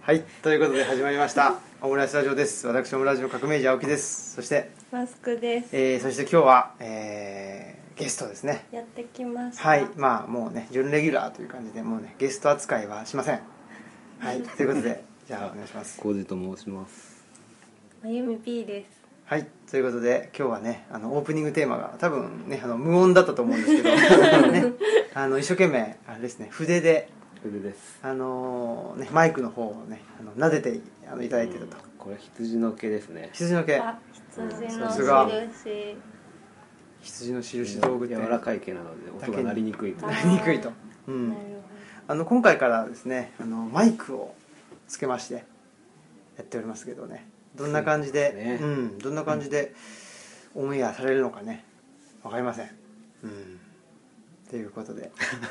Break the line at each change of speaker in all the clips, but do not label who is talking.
はいということで始まりましたオムライスラジオです私オムラジオ革命児青木ですそして、
マスクです。
えーそして今日は、えーゲストですね
やってきました。
はいまあもうね準レギュラーという感じでもうねゲスト扱いはしませんはいということ でじゃあお願いします
コージと申します
まゆみ P です。
はいということで今日はねあのオープニングテーマが多分ねあの無音だったと思うん ですけど、ね、あの一生懸命あれですね筆で
ルです
あのーね、マイクの方をねあの撫でてあのいただいてたと
これ羊の毛ですね
羊の毛
あ、羊の
さすが
印。
羊の印道具って
柔らかい毛なので音が鳴りにくいと
なりにくいと、うん
な、る
あの今回からですねあのマイクをつけましてやっておりますけどねどんな感じで
そうです
う
ね
ん、どんな感じでオンエアされるのかねわかりませんうんということで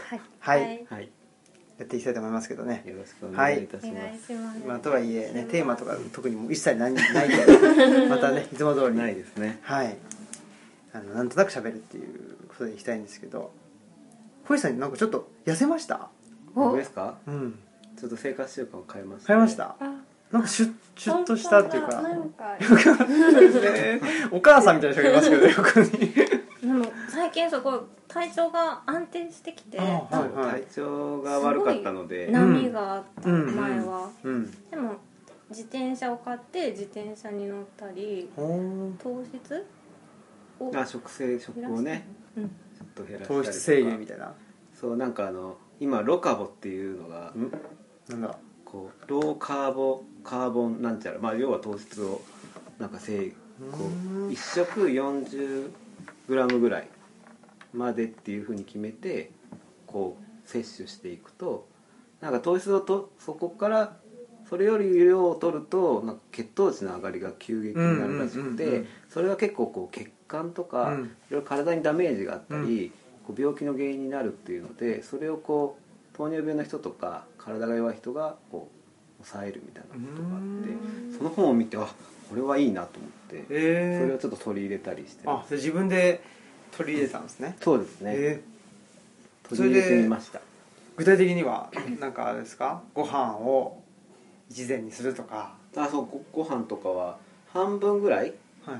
ほど。
はい
はい
やっていきたいと思いますけどね
よろしくお願いいた
お
しま
願い
す
します。
まあ、とはいえ、ね、テーマと
か。
か特にもう一切ないないん でまたねいつも通り
ないですね
はいあのなんとなく喋るっていうことでいきたいんですけど小石さんなんかちょっと痩せました
僕
お
で、すか
うん
ちょっと生活習慣を変えました
変えました
あ、
なんかシュッシュッとしたっていうか
なんか、
お母さんみたいな人がいますけど横に
でも最近すごい体調が安定してきて、
あはい
そう体調が悪かったので
波があった
うん
前は。
うん
でも自転車を買って自転車に乗ったり、
ほ
糖質を
あ食性食をね
うん
ちょっと減
ー
らしたり
糖
とか
質制限みたいな
そうなんかあの今ロカボっていうのが
なんだ
こうローカーボカーボンなんちゃらまあ要は糖質をなんか制こ
う
うん1食 40g ぐらいまでっていうふうに決めてこう摂取していくとなんか糖質をとそこからそれより量を取るとなんか血糖値の上がりが急激になるらし
う
く
んうんうんう
て
ん
それが結構こう血管とか、
うん
いろいろ体にダメージがあったり、こう病気の原因になるっていうのでそれをこう糖尿病の人とか体が弱い人がこう抑えるみたいなことがあってその本を見てあこれはいいなと思ってそれを
え
ちょっと取り入れたりして
ー、あそれ自分で取り入れたんですね
そうですね、
え
取り入れてみました
ー具体的にはなんかあれですかご飯を一膳にするとか
あそうごご飯とかは半分ぐらい
は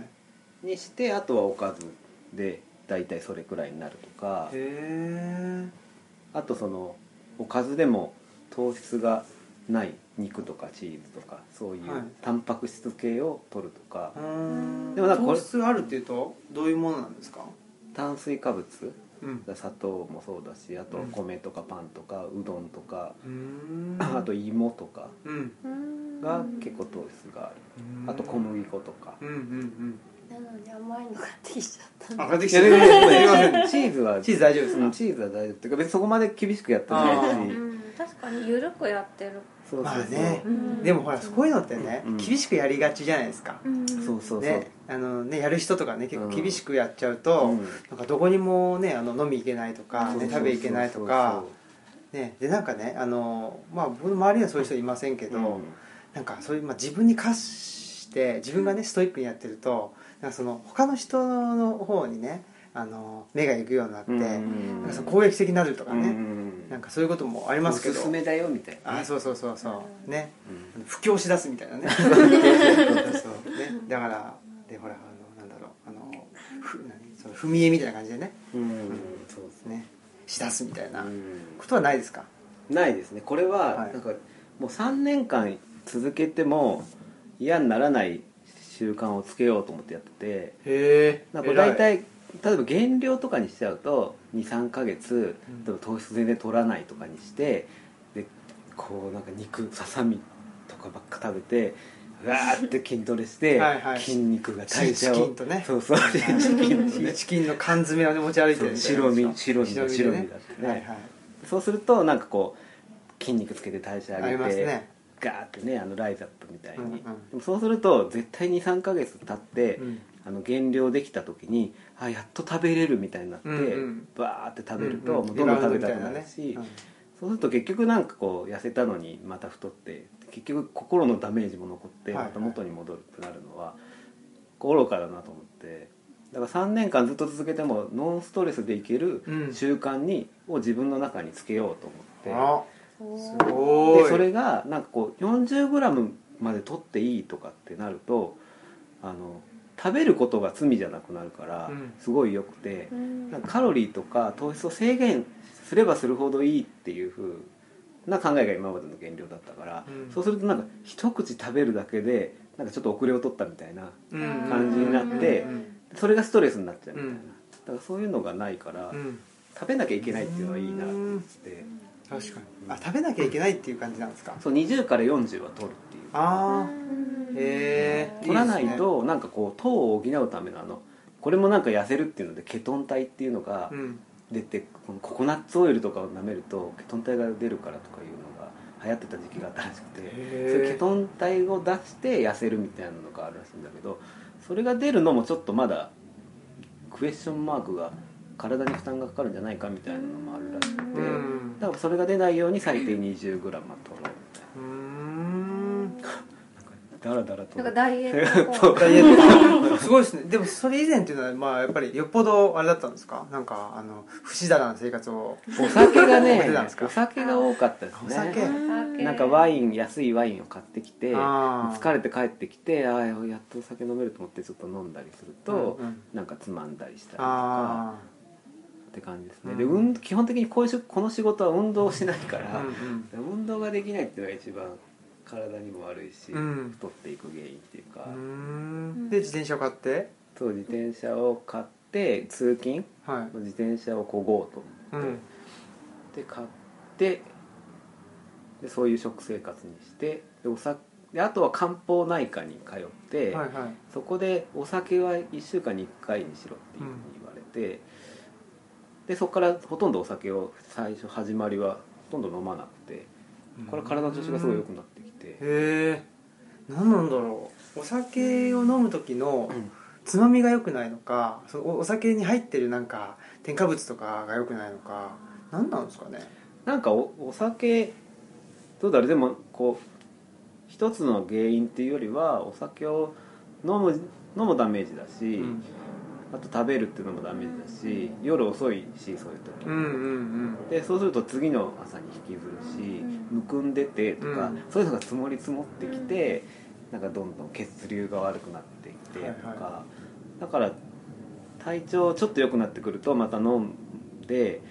い
にしてあとはおかずで大体それくらいになるとか
へえ
あとそのおかずでも糖質がない肉とかチーズとかそうい
はいう
タンパク質系を取るとか、
うん
でもなんかこ
糖
れ
質あるっていうとどういうものなんですか
炭水化物
うん
砂糖もそうだしあと
うん
米とかパンとかうどんとか、
うん
あと芋とか
うん
うん
が結構糖質がある、あと小麦粉とか、
うんうんうん
なのに甘いの買ってきちゃったん
あ
だ
買ってき
い
ちゃ
や
っ
でも
たすい
でも
ません
チーズは
チーズ大丈夫ですか
うんチーズは大丈夫っていうか別にそこまで厳しくやってないし
あ
う
ー
ん、確かに緩くやってる、
そうそうそ
ま
う、
あね
うん
でもほらこういうのってね、
うん
厳しくやりがちじゃないですか、
うん、
そうそうそう、
ねあのねやる人とかね結構厳しくやっちゃうと、
うん
なんかどこにもねあの飲み行けないとか、
そう
ね、
そうそう
食べ行けないとかねでなんかねあのまあ僕の周りにはそういう人いませんけ
そ
ど、
う
なんかそういう、まあ、自分に課して自分がねストイックにやってるとなんかその他の人の方にねあの目が行くようになって、
うん
なんかその攻撃的になるとか
うん
ね、
うん
なんかそういうこともありますけど
おすすめだよみたいな
あそうそうそうそう、
うん
ね
うん
布教しだすみたい なねそうそうねだからでほらあのなんだろうあのふ何その踏み絵みたいな感じでね
うんそうですね
ねしだすみたいな
うん
ことはないですか、
ないですねこれ
は
はいなんかもう3年間続けても嫌にならない習慣をつけようと思ってやってて
へえ
なんか大体例えば減量とかにしちゃうと23ヶ月
うん
例えば糖質全然取らないとかにしてでこうなんか肉ささみとかばっか食べてうわーって筋トレして
はいはい
筋肉が代謝
シーチキ
を
ンとね
そうそうシーチキンとね
チキンの缶詰をね持ち歩いてるみたいな
そう白身白身
白身でね
だ白身だってね
はいはい
そうするとなんかこう筋肉つけて代謝
あり
上げ
ます
て、
ね
ガーってねあのライザップみたいに、
うんうん
でもそうすると絶対23ヶ月経って、
うん
あの減量できた時にあやっと食べれるみたいになって、
うんうん
バーって食べると、
うんうん
もうどんどん食べたくな
リバウンド
る
み
し、
たいなね
そうすると結局なんかこう痩せたのにまた太って結局心のダメージも残って
はい
また元に戻るってなるのは愚かだなと思ってだから3年間ずっと続けてもノンストレスでいける
うん
習慣にを自分の中につけようと
うん
思って、
す
で
ごい
それがなんかこう 40g まで取っていいとかってなるとあの食べることが罪じゃなくなるから、
うん
すごい良くて
う、ん
なんかカロリーとか糖質を制限すればするほどいいっていう風な考えが今までの原料だったから、
うん
そうするとなんか一口食べるだけでなんかちょっと遅れを取ったみたいな
うん
感じになって
うん
それがストレスになっちゃうみたいな、
うん
だからそういうのがないから、
うん
食べなきゃいけないっていうのはいいなと思って
確かにあ食べなきゃいけないっていう感じなんですか
そう20から40は取るっていう。
あ
うん
あへえ
取らない
いですね
となんかこう糖を補うためのあのこれもなんか痩せるっていうのでケトン体っていうのが
うん
出てこのココナッツオイルとかを舐めるとケトン体が出るからとかいうのが流行ってた時期があったらしくてそういうケ
へ
トン体を出して痩せるみたいなのがあるらしいんだけどそれが出るのもちょっとまだクエスチョンマークが体に負担がかかるんじゃないかみたいなのもあるらしく
えう
て
ん
だからそれが出ないように最低 20g 取ろうみたいな。
うーん
ダラダラと
なんかダイエット
そう
効果
ダイエットすごいですねでもそれ以前っていうのはまあやっぱりよっぽどあれだったんですかなんかあの不死だらな生活を
お酒 が
飲ん
ね
でたんですか
お酒が多かったですね
お酒
うん
なんかワイン安いワインを買ってきて
あー
疲れて帰ってきてああやっとお酒飲めると思ってちょっと飲んだりすると、
うんうん
なんかつまんだりしたりとか
あ
って感じです
う
ね
ん
で運基本的にこういうしこの仕事は運動をしないか
あ
ら、
う
運動ができないっていうのが一番体にも悪いし、
うん
太っていく原因っていうか、
んうんうーんで自転車を買って
そう自転車を買って通勤
は
の自転車をこごうと思
い、う
って。
ん、
で買ってでそういう食生活にしてでおさであとは漢方内科に通っ
は
て、
いはい
そこでお酒は1週間に1回にしろっていうふうに言われて、でそこからほとんどお酒を最初始まりはほとんど飲まなくてこれ体の調子がすごい良くなってきて、
へえ何なんだろうお酒を飲む時のつまみが良くないのかそのおお酒に入ってるなんか添加物とかが良くないのか何なんですかね
なんかおお酒どうだろうでもこう一つの原因っていうよりはお酒を飲むのもダメージだし、
うん
あと食べるっていうのもダメだし夜遅いしそういう時、
うんうん
でそうすると次の朝に引きずるし、
うん
むくんでてとか、
うん
そういうのが積もり積もってきて、なんかどんどん血流が悪くなってきてとか、
はいは
だから体調ちょっと良くなってくるとまた飲んで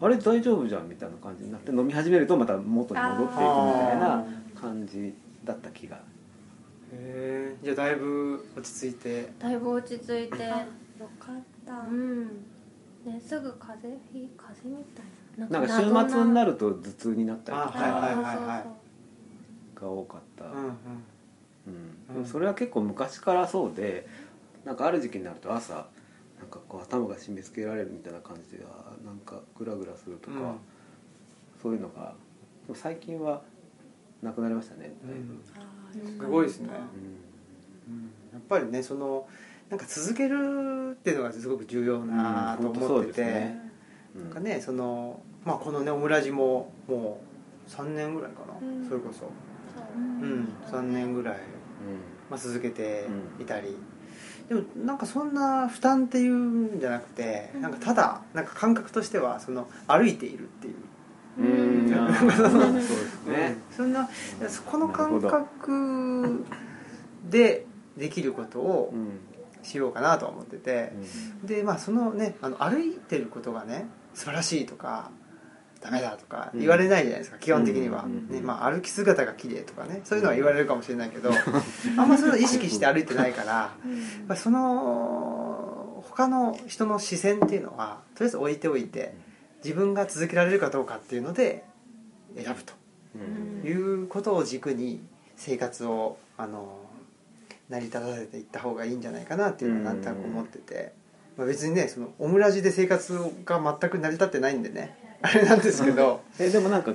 あれ大丈夫じゃんみたいな感じになって飲み始めるとまた元に戻っていくみたいな感じだった気が
へえじゃあだいぶ落ち着いて
だいぶ落ち着いて
よかった、
うんねすぐ風邪ひ風邪みたい
なんか週
謎
末になると頭痛になったりと
あはいはい
か
はいはい
が多かった。
うんうん
うん
うん
それは結構昔からそうでなんかある時期になると朝なんかこう頭が締め付けられるみたいな感じであーなんかグラグラするとか、
うん
そういうのがでも最近はなくなりましたねだいぶ、
うん
そうそ
す
う
ごいですね
うん
うんやっぱりねそのなんか続けるっていうのがすごく重要なと
うん本当そ
思っ
う
て
で
て、
すねう
なん
ん
かねその、まあ、このねオムラジももう3年ぐらいかな、
うん
それこそ、
うん
うん、3年ぐらい、まあ、続けていたり、でもなんかそんな負担っていうんじゃなくてなんかただなんか感覚としてはその歩いているっていう、
うんうんあー そうですね、
そんなそこの感
なる
覚でできることを
うん
しようかなとは思ってて、
うん
でまあそのねあの歩いてることがね素晴らしいとかダメだとか言われないじゃないですか、基本的には、
うんうんうん
ねまあ、歩き姿が綺麗とかねそういうのは言われるかもしれないけど、 あんまそういうの意識して歩いてないからやっぱりその他の人の視線っていうのはとりあえず置いておいて自分が続けられるかどうかっていうので選ぶと
うん
いうことを軸に生活をあの成り立たせていった方がいいんじゃないかなっていうのはなんとなく思ってて、まあ、別にねそのオムラジで生活が全く成り立ってないんでね あれなんですけど、
えでもなんか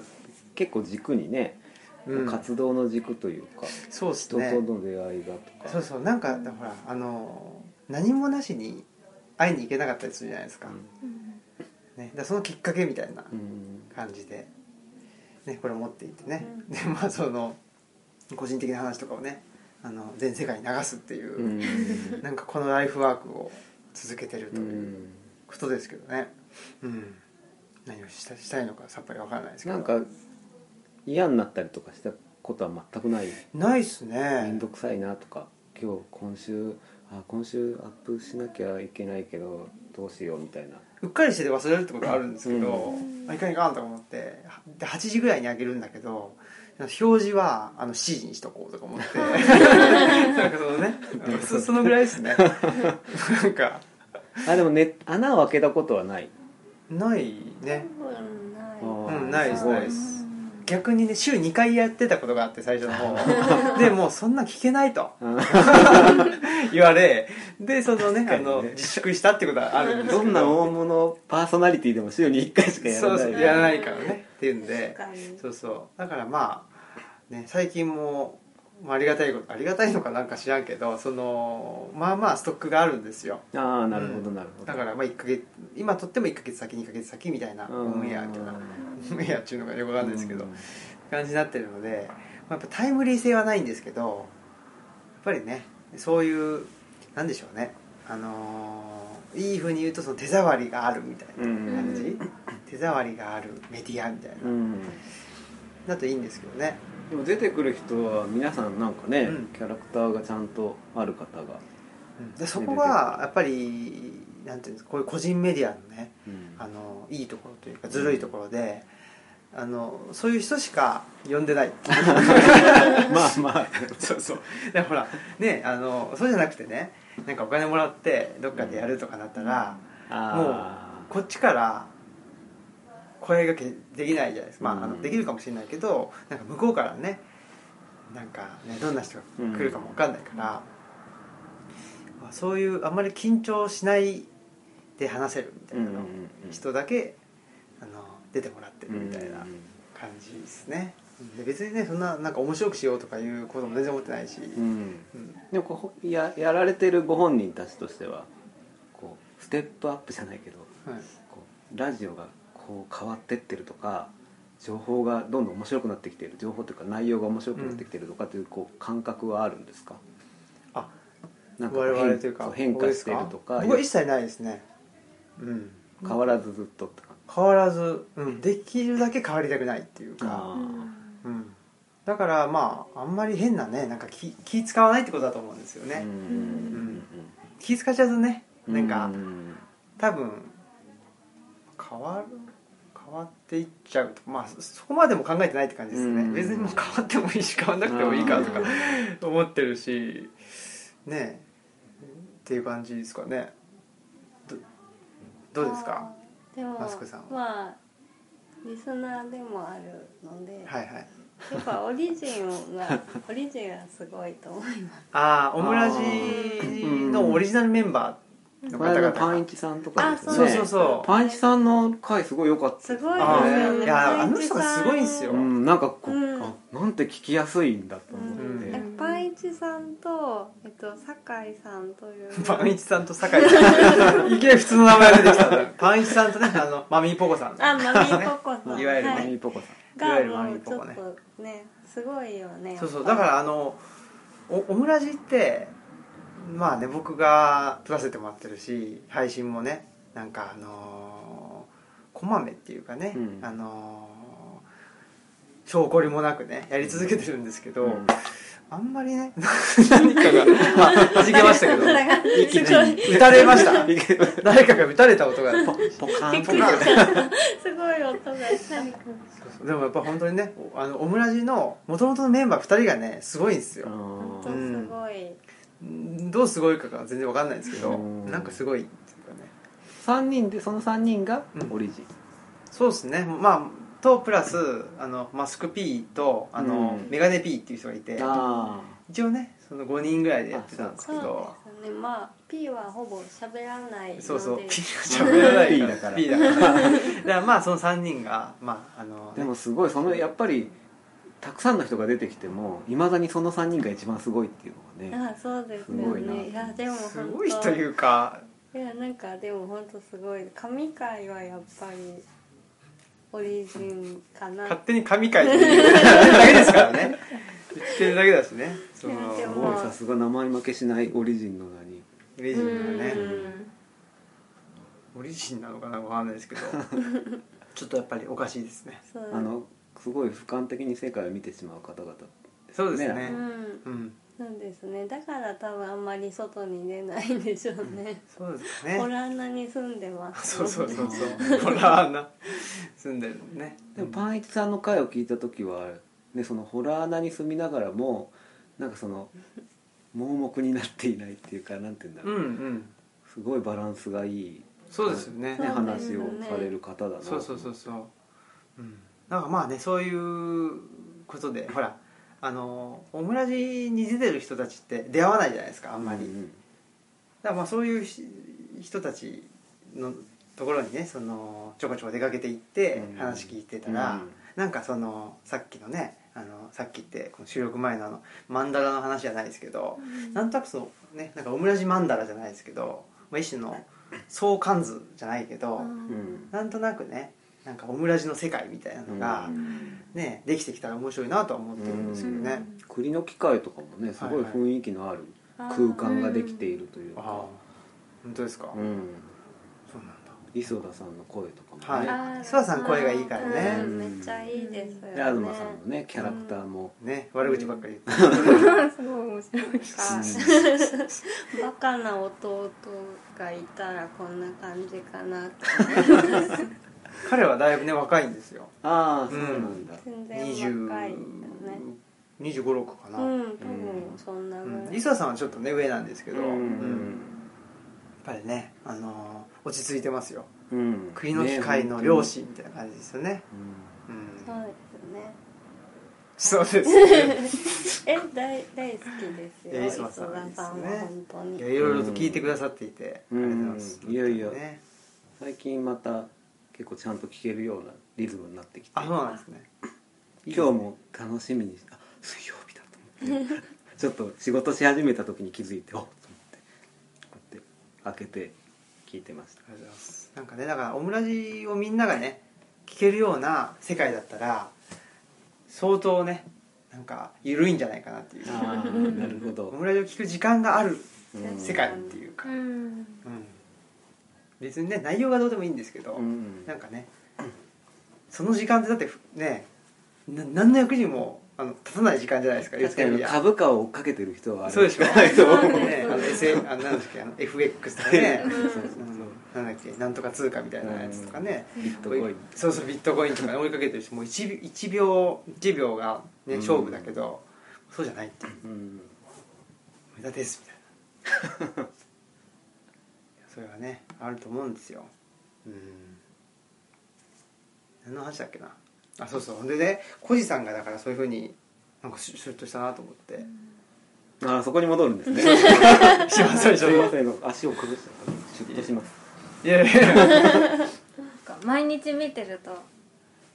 結構軸にね、
うん、
活動の軸というか
そうっす
人と
ね
の出会いがとか、
そうそうなんかほらあの何もなしに会いに行けなかったりするじゃないですか,、ね、だからそのきっかけみたいな
うん
感じで、ね、これを持っていってね、でまあその個人的な話とかをねあの全世界に流すっていう。
うん
なんかこのライフワークを続けてると
う
いうんことですけどね、うん、何をしたしたいのかさっぱりわからないですけど
なんか嫌になったりとかしたことは全くない
ないっす
め
ね
んどくさいなとか今日今週あ今週アップしなきゃいけないけどどうしようみたいな
うっかりしてて忘れるってことがあるんですけど
うん
あいかんいかんとか思ってで8時ぐらいにあげるんだけど表示はあの7時にしとこうとか思ってなんかそのねそそのぐらいですねなんか
あでもね穴を開けたことはない
ないね
多分ない
うんないです
すご
ないです逆にね週2回やってたことがあって最初の 方でもうそんな聞けないと
うん
言われでそのねあ
確か
の
にね
自粛したってことはあるんですけ
どんな大物パーソナリティでも週に1回しかやら
そう
ない
そう
よ
やらないからねっていうんで
確かに
そうそうだからまあ、ね、最近も、まあ、ありがたいことありがたいのかなんか知らんけどそのまあまあストックがあるんですよ
ああなるほどなるほど
だからまあ1ヶ月今とっても1ヶ月先2ヶ月先みたいな
うん
オンエアみたいなオンエアっていうのがよくわかんないですけど
うん
感じになってるので、まあ、やっぱタイムリー性はないんですけどやっぱりねそういうなんでしょうねあのーいいふうに言うとその手触りがあるみたいな感じ、
うん
手触りがあるメディアみたいな、
うん
だといいんですけどね
でも出てくる人は皆さんなんかね、
うん
キャラクターがちゃんとある方が、
でそこがやっぱりなんていうんですかこういう個人メディアのね
うん
あのいいところというかずるいところで、あのそういう人しか呼んでない
まあまあ
そうそうでほらねあのそうじゃなくてねなんかお金もらってどっかでやるとかなったら、
あ
こっちから声がけできないじゃないですか、まあ、あ
う
の
ん
できるかもしれないけどなんか向こうからねなんかねどんな人が来るかも分かんないから、まあ、そういうあんまり緊張しないで話せるみた
ーう
い
ん
な
うん
の、
うん
人だけあの出てもらってるみたいな
うん
感じですね、で別にねそんななんか面白くしようとかいうことも全然思ってないし、
うんうん
うん
でもこうややられてるご本人たちとしてはこうステップアップじゃないけど
はい
こうラジオがこう変わってってるとか情報がどんどん面白くなってきてる情報というか内容が面白くなってきてるとかというこう感覚はあるんですか
あ
なんかこ
我
う
々というか
そう変
こう
化
で
し
す
てるとか
僕は一切ないですねうん
変わらずずっとって感
変わらず、うん、できるだけ変わりたくないっていう
じ
か、
うん
うん、だからまああんまり変なねなんか気気使わないってことだと思うんですよ
う
ね、
ん
気使っちゃうとね
うん
なんか、
うん
多分変わる変わっていっちゃうとまあそそこまでも考えてないって感じですね、
うん
別にもう変わってもいいし変わんなくてもいいかとか思ってるしねえっていう感じですかねどどうですか
あーでも
マスクさんは
まあリスナーでもあるので、
はいはい
やっぱオリジ ンがオリジンがすごいと思いま
ああオムラジ
あー
のオリジナルメンバーの
こ
方
の
々が
間パンイチさんとかです
そ
ね
うそうそう
パンイチさんの回すごい良かった
すごい
あ
で
ー
すよね
いや
パ
あ
ン
の
チ
人
さん
がすごいんすよ、
うん、なんかこう、
うん
あなんて聞きやすいんだと
す。う
思って、
ん
うん
えパンイチさんとえっと酒井さんと いう
パンイチさんと酒井さ んいきなり普通の名前が出てきたねパンイチさんとねあのマミーポコさん
あマミーポコさん
いわゆる
は
マ
マミーポコさん
いわゆ
が
るマ
も
ミ
う
ーポ
ちょ
コ
っ
ね
とねすごいよね
そうそうだからあのおオムラジってまあね僕が撮らせてもらってるし配信もねなんかあのーこまめっていうかね、
うん
あのー証拠りもなくねやり続けてるんですけど、
うん
あんまりね 何か がはじけましたけど
すごい
撃たれました誰かが撃たれた音がポ
ポカ
び
ン
っ
ポ
くり
カン
した すごい音がしたり
でもやっぱ本当にねおあのオムラジの元々のメンバー2人がねすごいんですよ、
本当
う
あ
ん
すごい
どうすごいかが全然わかんないんですけど
うん
なんかすごいっていうかね
ー3人でその3人が
うん
オリジン、
そうですねまあとプラスあのマスク P とあの、
うん
メガネ P っていう人がいて
あ
一応ねその5人ぐらいでやってたんですけ
そう
ど
ですねまあ P はほぼ喋らないので
そうそう P が
う
喋らない
P だから
P だからだからまあその3人がまああの
あでもすごいそのやっぱりたくさんの人が出てきてもいまだにその3人が一番すごいっていうのがね
ああそうです
す
よ
ごいな
ねいやでも本当
すごいというか
いやなんかでも本当すごい神回はやっぱりオリジンかな
勝手に神回って言ってるだけですからね言ってるだけだしねその
いやでも
すごいさすが名前負けしないオリジンの名に
オリジンがね
うん
オリジンなのかなわかんないですけどちょっとやっぱりおかしいですね
そう
あのすごい俯瞰的に世界を見てしまう方々
そうですね
う
ね
ん
うん
そうですねだから多分あんまり外に出ないんでしょうね、
そうです
オ
ね
ランダに住んでます
そうそうそう
う
そうホラーな住んでるね
でもパンイチさんの回を聞いた時は、ね、そのホラー穴に住みながらもなんかその盲目になっていないっていうかなんて言
う
うんだろ
ん
う、
うん
すごいバランスがいい、
そうですよね
そ
ね、
うで
話
すよ
を
ね
される方だな
そうそうそうそう、うん、なんかまあねそういうことでほらあのオムラジに出てる人たちって出会わないじゃないですかあ
あ
ん
ん
ま
ま
り、
り、
だからまあそういうひ人たちのところにねそのちょこちょこ出かけていって
うん
話聞いてたら、
うん
なんかそのさっきのねあのさっきってこの収録前のあのマンダラの話じゃないですけど、なんとなくそのねなんかオムラジマンダラじゃないですけど、まあ、一種の相関図じゃないけど、
うん
なんとなくねなんかオムラジの世界みたいなのが、
うん
ねできてきたら面白いなとは思ってるんですけどね、
栗の機械とかもねすごい雰囲気のある空間ができているという
ああ
か、
本当ですか、
うん、
そうなんだ
磯田さんの声とかもね、
はい諏
諏
訪さん声がいいからね
うん、めっちゃいいですよね
で東さんのねキャラクターも、
ね悪口ばっかり言って
すごい面白いか バカな弟がいたらこんな感じかなって
彼はだいぶね若いんですよ
ああそうなんだ、
全然
20
若いよね
2 5六6か
う
な、うん
ん多分そんなぐらい、
リサさんはちょっとね上なんですけど、
うん
うんやっぱりね、あのー落ち着いてますよ
うん
国の機械の漁、師みたいな感じですよね
ね
うん
そう
そうです ね
ですよねえ大大好きですよ
いや磯
磯
田
田
さ
さ
ん
ん
はいいですね
は本当に
いやいろいろと聞いてくださっていて、
うん
ありがとうございます、
うんいやいや
ね、
最近また結構ちゃんと聴けるようなリズムになってきて
あそうなんですね
今日も楽しみにあ水曜日だと思って ちょっと仕事し始めた時に気づいておっと思ってこうやって開けて聞いてました
ありがとうございますなんかねだからオムラジをみんながね聞けるような世界だったら相当ねなんか緩いんじゃないかなっていう
ああなるほ
オ
ど、
ムラジを聞く時間がある
うん
世界っていうか、
うん
うん別にね内容がどうでもいいんですけど、
うん
なんかねその時間ってだってふねな何の役にもあの立たない時間じゃないですか言っ
確か
てみ
に
りゃ
株価を追っかけてる人はあれ
そうでしょ
ないと思う
ね、あの SA あのなんだっけあの FX とかね、うんなんだっけなんとか通貨みたいなやつとかね、
ビットコイン
そうそうビットコインとかね追いかけてるしもう 1, 1秒1秒が、ね、
うん
勝負だけど、そうじゃないっていう
うん
無駄ですみたいな それはねあると思うんですようん何の話だっけなあそうそうほんでね小路さんがだからそういうふうになんかシュシュッとしたなと思って、
ああそこに戻るんですね
しましたでし
す
ょ
いません足を崩したシュッとします
いやいやいや
なんか毎日見てると、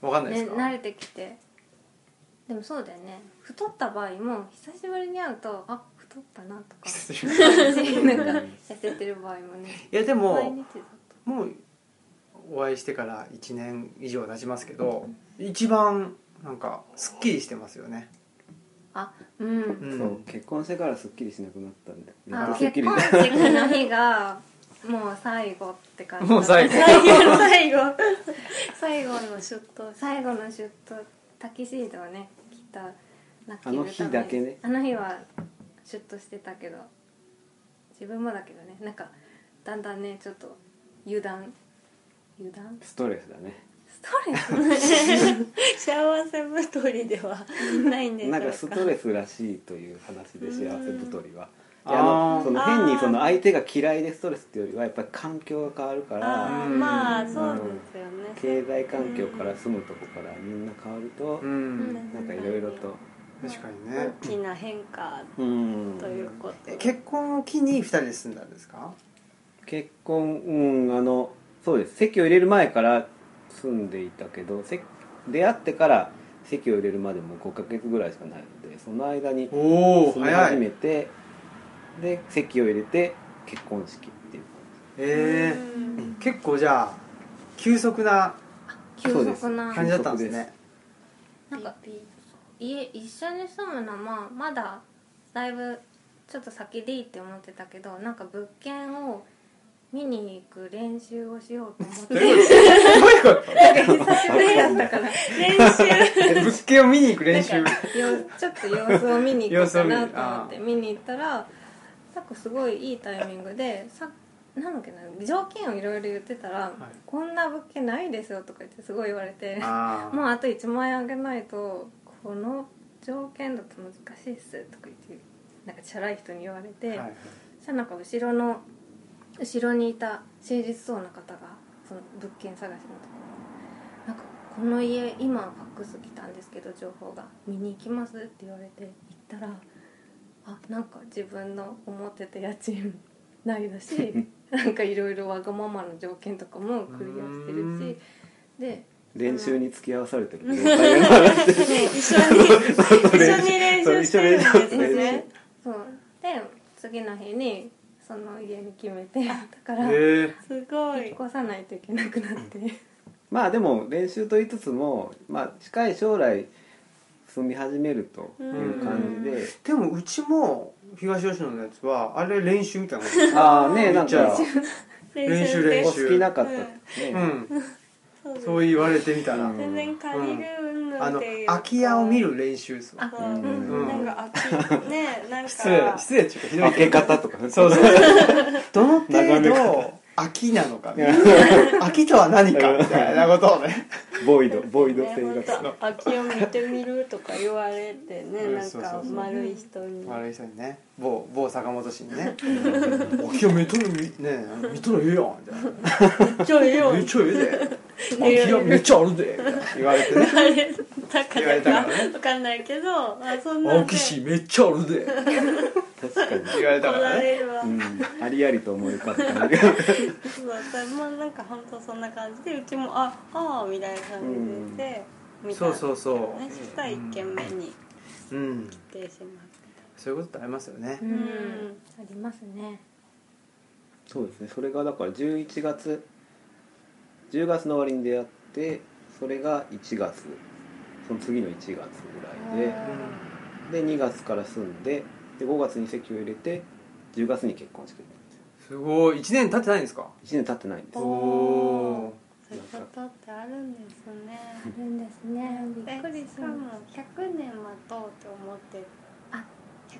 わ かんないで
ね、
すか、
慣れてきてでもそうだよね太った場合も久しぶりに会うとあ太ったなと か
久しぶりに
なんか痩せてる場合もね
いやで
毎
も
日だ
もうお会いしてから1年以上経ちますけど一番なんかすっきりしてますよね
あうん、
うん
そう結婚してからすっきりしなくなったんでやっ
あ
とすっき
結
り
婚式の日がもう最後って感じだ
もう最後
最後最後最後の出頭最後の出頭タキシードをね着たラッキーのために
あの日だけね
あの日はシュッとしてたけど自分もだけどねなんかだんだんねちょっと油断油断
ストレスだね
ストレス
幸せ太りではないんでしょう
な
か
んかストレスらしいという話で幸せ太りは。いやあ
あー
のその変にその相手が嫌いでストレスっていうよりはやっぱり環境が変わるから
あーまあそうですよね、
経済環境から住むとこからみんな変わると
うん、
ん
なんかいろいろと
確かにね
大きな変化
うん
ということ
え結婚を機に2人で住んだんですか
結婚うんあのそうです籍を入れる前から住んでいたけど籍出会ってから籍を入れるまでも5ヶ月ぐらいしかないのでその間に
お
住み始めてで籍を入れて結婚式っていう
え
うん
ー、結構じゃあ急速な
急
そうです
速な
感じだったんですね
なんか家一緒に住むのはまだだいぶちょっと先でいいって思ってたけどなんか物件を見に行く練習をしようと思って
どういうこと
久しぶりだったから
練習
え
を見に行く練習
なんかよちょっと様子を見に行こう
様子
かなと思って
を見るあー
見に行ったらなんかすごいいいタイミングでさなんだっけな条件をいろいろ言ってたら、こんな物件ないですよ」とか言ってすごい言われて
あー
もうあと1万円あげないとこの条件だと難しいっすとか言ってなんかチャラい人に言われて、
はいはい
そしたらなんか後ろの後ろにいた誠実そうな方がその物件探しのところになんかこの家今ファックス来たんですけど情報が見に行きますって言われて行ったらあなんか自分の思ってた家賃 ないだし なんかいろいろわがままの条件とかもクリアして
う
る
ーん
しで
練習に付き合わされてる 状態が
一緒に一緒に練習してるんです
そう一緒に練習
ね
そうで次の日にその家に決めてだから引っ
へえ
すごい
越さないといけなくなって。
まあでも練習と言いつつも、まあ、近い将来住み始めるという感じで、
でもうちも東吉野のやつはあれ練習みたいなもんですよ
ああねなんか
練習
で
練
お
習
好きなかった
うん
ですね、
うん
そうです
そう言われてみたら、
うん
全然借りる云
あ
々っ
の
ていう
空き家を見る練習ですわ
あ
そう
うん
なんか空きねなんか
失礼失礼っていうかひどい
開
け
け
ど
方とかね
そうそうどの
眺
程
め
度
方
空きなのかみたいな 空きとは何かみたいなことをね
ボイドボイド
ね
性
本
が
当空きを見てみるとか言われてね
うん
なん
そうそ
か
うそう
丸い人に
悪い人にね某某坂本氏に ね「空き家見とるみね見とるええやん」みたいな
ちょい
「
よ
めっちゃええ で空き家めっちゃあるで」みたいな言われてね
あれだか
言われ
ら
たか
か
らね
わかんないけどあそんなん
青
で
木氏めっちゃあるで
確かに、
言われ
怒
たかららね
れるわ
うん、ありありと思い浮かぶ感じが
そうだまあなんか本当そんな感じでうちもあああみたいな感じで見た
そうそうそう
ねそしたら一軒目に
うん
来てしまっ
そういうことってありますよね
う
た
ん、ありますね。
そうですねそれがだから11月10月の終わりに出会ってそれが1月その次の1月ぐらいで
う
で2月から住んでで5月に籍を入れて10月に結婚してる
んすごい1年経ってないんですか
1年経ってないんです
お
よ
おー
そういうことってあるんですね
あるんですね。び
え
っくり
し
す
か
る。
も100年待とうと思って
あ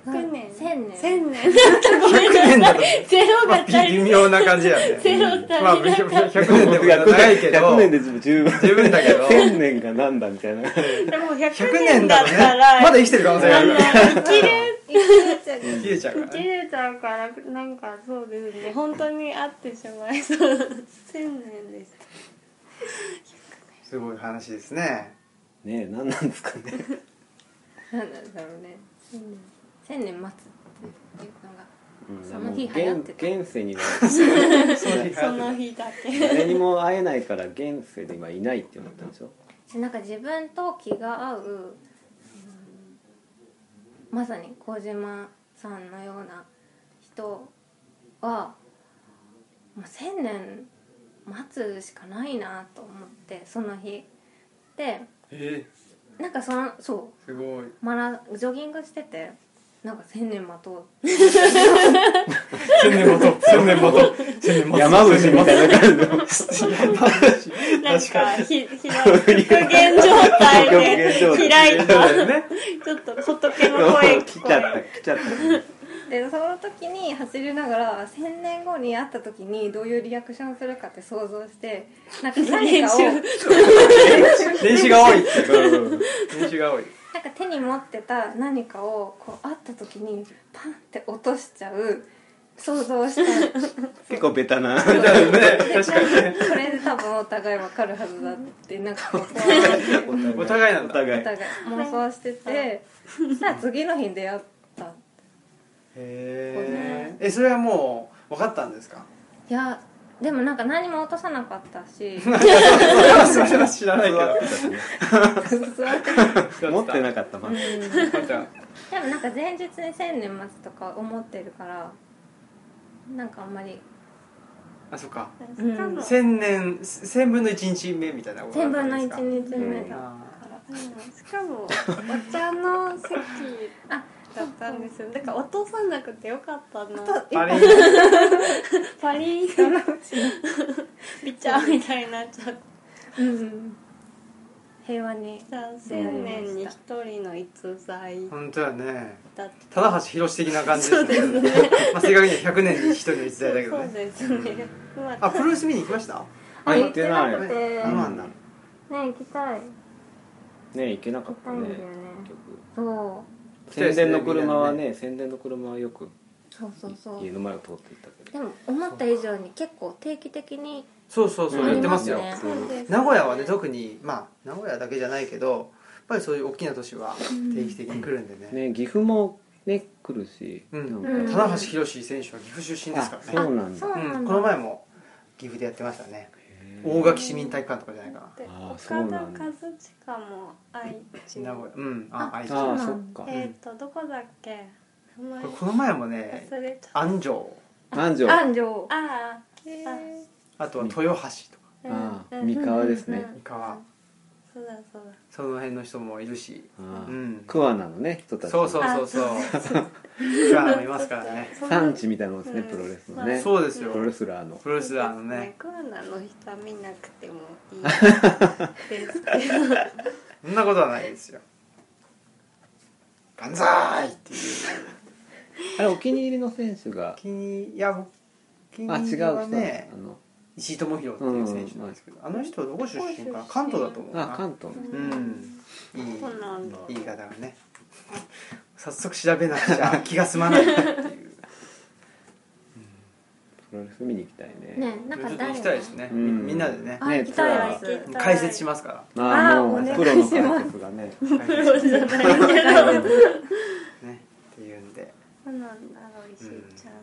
100年
千年
千年なんかごめん
100年だ
な さ
と
いゼ
ま
ロが
あ
足り
微妙な感じやね
ゼロ足りな
まあ
かった
100年でも長いけど
100年で十分
十分だけど
1000年がなんだみ たいな
でも
100
100
年
年
だ
だ
と
っ
ね
たら
まだ生きてる可能性がある
生きれ
消えちゃうから
切
ね
れちゃうからなんかそうですね本当に会ってしまいそう千年でし
すごい話ですね
ねえ何なんですかね
なんだろうね。千年。千年待つっていうのが。
うん
その日
もう
流行ってた
現現世には
たその日だけ
誰にも会えないから現世で今いないって思ったんで しょ
なんか自分と気が合う、うんまさに小島さんのような人は、まあ、1,000年待つしかないなと思ってその日で
え
なんかそのそう
すごい
マラジョギングしててなんか千年待とう
千年もと千年もと千年もと
山伏みたいな感じ
な
の
ん
確か
かひ開く極限状態で開いた
ね
ちょっと仏の声
来
聞こ
ちゃった
え
来ちゃった
でその時に走りながら千年後に会った時にどういうリアクションするかって想像してなんか何かを
練
練習が多いって練習が多い
なんか手に持ってた何かをこう会った時にパンって落としちゃう想像した
結構ベタ な
ね 確かにね
これで多分お互いわかるはずだってなんかこうお
お互いなんだ
お互い
互い妄想しててさあ次の日に出会ったい
へええそれはもう分かったんですか
やでもなんか何も落とさなかった し
それは知らないけど
座って
持ってなかったまだ
でもなんか前日に千年待つとか思ってるからなんかあんまり
あそっか
たしかも
千年千分の一日目みたいなことだ
千
った
分
ん
の
で
一
すか
日目だ
あ
から
うんしかもお茶の席
あ
だったんですよだから落とさなくてよかったな
ーあれ
パリーンビチャーみたいになっちゃって
うん平和に
何千年に一人の逸材
本当やね
だって
忠橋弘的な感じですね
そうですね
まあ、正確には100年に一人の一
そう
代だけどね
ですねま
あプロレス見に行きました
あ行ってない
行って
あそう
なく
なんだ
てね行きたい
ね行けなかったね
行きたいんだよねそう
結局宣伝の車はね宣伝の車はよく
そうそうそ
家
う
の前を通っていったけ
で
ど
も思った以上に結構定期的に
そうそうそう
あ
やっ
り
てま
ますす
よ
ね
名古屋はね特にまあ名古屋だけじゃないけどやっぱりそういう大きな都市は定期的に来るんでね、
ね岐阜もね来るし
うん
なんか
棚橋宏選手は岐阜出身ですからね
あそうなんだ
そう
う
なん
ん、
だ
この前も岐阜でやってましたね大垣市民体育館とかじゃないかな
で
あー
岡
そ
田
う
和
なんだ
親も愛知
名古屋うんあ
あ
愛知
あ
こ
あそっか
えっ、とどこだっけ名前
れこの前もね
忘れちゃった
安城
安城あ
安城
あーあ
あとは豊橋とか
ー
あ
うん
三河ですね
三河
そうだそうだ
その辺の人もいるし
あ
う
あ
ん
桑名のね人たち
そうそうそうそうプラもいますからね
産地みたいなもんですね
うん
プロレスのね
ん
プ
そうですよ
ロレスラーの
プロレスラーの
そうです
ね
クーナの人は見なくてもいいですけど
そんなことはないですよ万歳っていう
あれお気に入りの選手が
気にいや僕気に
あ違う
入り
人
は
だ
ね
あの
石井智弘っていう選手なんですけど、あの人はどこ出身かな関東だと 思うな
あ関東
うんい
そうなんだ
い言い方がね早速調べなくちゃ気が済まないっていう
プロレス見に行きたいね
ねなんか
ちょっと行
誰
きたい ですね、
うん
みんなでね
あ行きたい
ね
です
ツアー
解説しますか
ああ
あー
も
お
う
願い
プロの
します
解説がね
ら
プロじゃないけど
うん
ねっていうんで
そうなんだろう石井ちゃん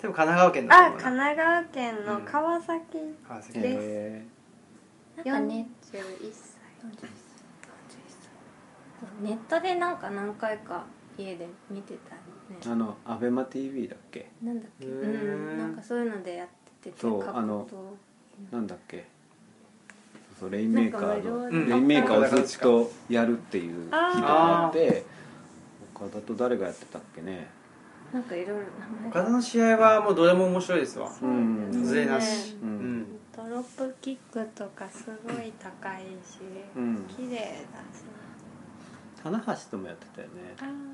でも神奈川県だと
あ
思う
神
な
奈川県の川崎
川崎
で
へ
なんか
41
ね
歳
ネットでなんか何回か家で見てた
ーあ
ね
のアベマ t v だっけ
なんだっけ
へー
うんなんかそういうのでやってて
そう
過去
あの
と
なんだっけそうそうレインメーカーの
なんか無料
で
レインメーカーをずっとやるっていう日とかあって岡田と誰がやってたっけね
なんかいろいろ名
岡
前
田
が
の試合はもうどれも面白いですわ
うん
外れなし
う
うんん
ドロップキックとかすごい高いし
うん
綺麗だし
棚橋ともやってたよね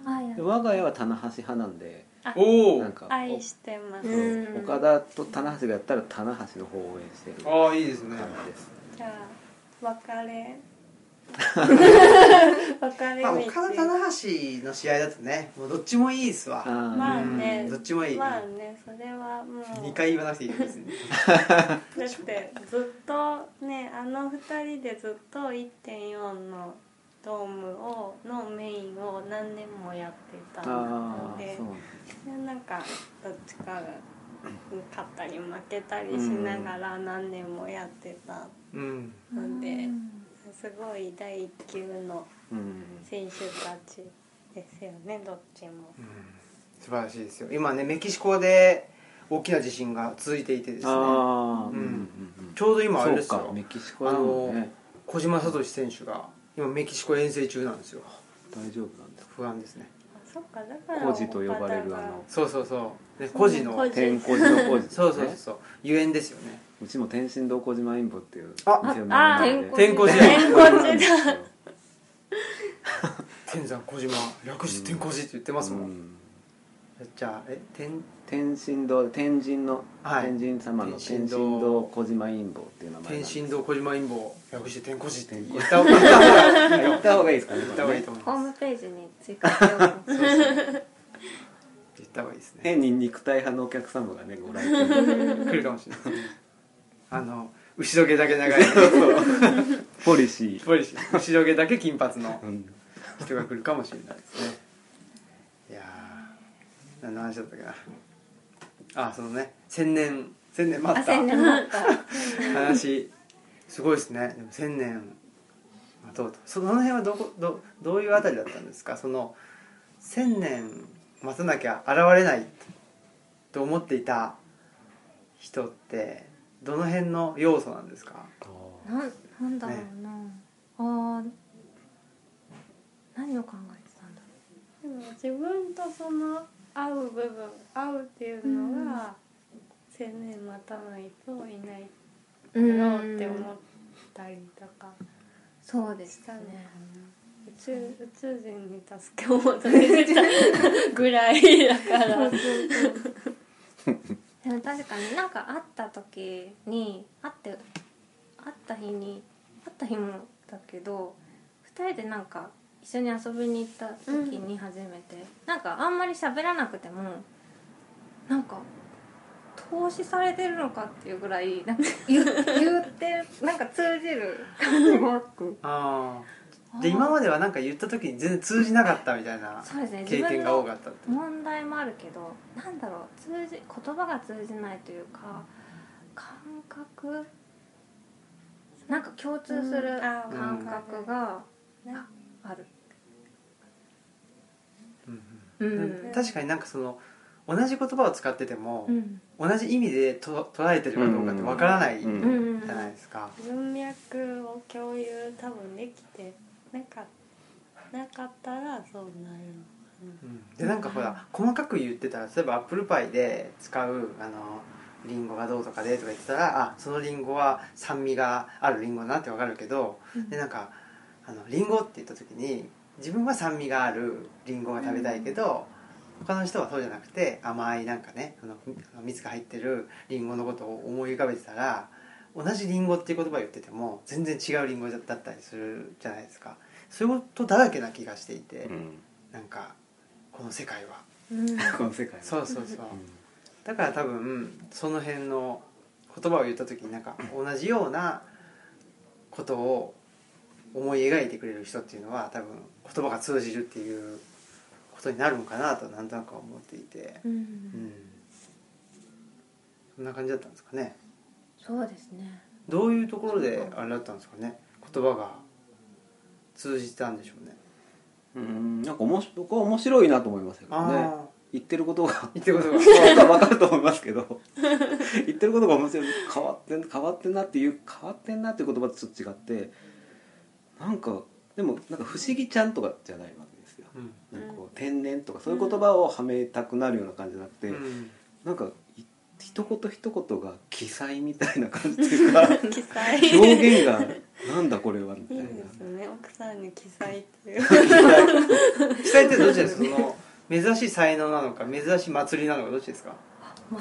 あ
あや
で我が家は棚橋派なんで
おお
なんか
ー愛してます
そう
うん
岡田と棚橋がやったら棚橋の方を応援してる感
ああいいですね
じです
じゃあ別 れ別れ
まあ
道
岡田棚橋の試合だとねもうどっちもいいですわ
あー
まあね
うんどっちもいい
まあねそれはもう
2回言わなくていいよ別に
だってずっとねあの2人でずっと1.4のドームをのメインを何年もやってた
あ
の
ー
で
そう
なんかどっちかが勝ったり負けたりしながら何年もやってた
うん
ので、すごい第一級の
うん
選手たちですよねどっちも。
素晴らしいですよ今ねメキシコで大きな地震が続いていてですね
ああ
うんちょうど今あれです
そうか
よ
メキシコなの
あ
ね
の小島聡選手が今メキシコ遠征中なんですよ
大丈夫なんですか
不安ですね
あそっかだから
孤児と呼ばれる
岡田が
あの
そうそうそうで個人の
個人
天候寺の工事
そうそうそうゆえんですよね
うちも天神堂小島インボっていう
あ
店を
あ
並んで
あ
天候寺
天候寺だ
天山小島略して天小寺って言ってますもん、
うん
じゃあえ天
天神堂天神の
はい
天神様の
天神
天
堂
神堂小島インボっていう名前なん
天
です
神堂小島陰謀略して天小寺って言った方がいい
言った方がいいですかね
言った方がいいと思い
ホー
ます
ムページに追加しておく
言った方がいいですね
変に肉体派のお客様がねご来店
来るかもしれないですねあの後ろ毛だけ長い
ポリシー
ポリシー後ろ毛だけ金髪の
うん
人が来るかもしれないですねいやー何の話だったっけなあそのね千年千年待
あ
っ
千
た
年待った
話すごいですねでも千年待とうとその辺はどこどどういうあたりだったんですかその千年待たなきゃ現れないと思っていた人ってどの辺の要素なんですか
なんなんだろうな、ああー何を考えてたんだろ
でも自分とその合う部分合うっていうのが千年待たないといないうだろうって思ったりとか
そうです
したのかな
ね
宇宙宇宙人に助けを求めてたぐらいだから
でも確かになんか会った時に会って会った日に会った日もだけど2人でなんか一緒に遊びに行った時に初めて、なんかあんまり喋らなくてもなんか投資されてるのかっていうぐらいなんか 言う言ってるなんか通じる感じがあって
ああで今まではなんか言った時に全然通じなかったみたいな
そうですね
経
自
験
分
が多
の
かったって
問題もあるけどなんだろう通じ言葉が通じないというか感覚なんか共通す
う
る
んあー
感覚が
うん
あある、
うん
う
うん
ん
確かになんかその同じ言葉を使ってても、
うん
同じ意味でと捉えてるかどうかってわからないじ
うん
ゃ
うん
ないですか、
文脈を共有多分できてなかなかったらそうなるのか
うんでなんかほら細かく言ってたら例えばアップルパイで使うあのリンゴがどうとかでとか言ってたらあそのリンゴは酸味があるリンゴだなってわかるけどでなんかあのリンゴって言った時に自分は酸味があるリンゴが食べたいけど、他の人はそうじゃなくて甘いなんかねあのみ蜜が入ってるリンゴのことを思い浮かべてたら同じリンゴっていう言葉を言ってても全然違うリンゴだったりするじゃないですかそういうことだらけな気がしていて、
うん
なんかこの世界は
うん
この世界は
そうそうそうだから多分その辺の言葉を言った時になんか同じようなことを思い描いてくれる人っていうのは多分言葉が通じるっていうことになるのかなとなんとなく思っていて、
うん
うん、そんな感じだったんですかね
そうですね
どういうところであれだったんですかね言葉が通じたんでしょうね
うん、うんなんかおもし僕は面白いなと思いましたけどね
ああ
言ってることが
言ってることが
分かると思いますけど言ってることが面白い変わってん変わってんなっていう変わってんなっていう言葉とちょっと違ってなんかでもなんか不思議ちゃんとかじゃないわけですよ
うん
なんかこう天然とかそういう言葉をはめたくなるような感じじゃなくて、
うん
なんかい一言一言が記載みたいな感じという か
な記載
表現がなんだこれはみた
い
い
い
な
ですね奥さんに記載っていう
記載ってどっちですかその珍しい才能なのか珍しい祭りなのかどっちですか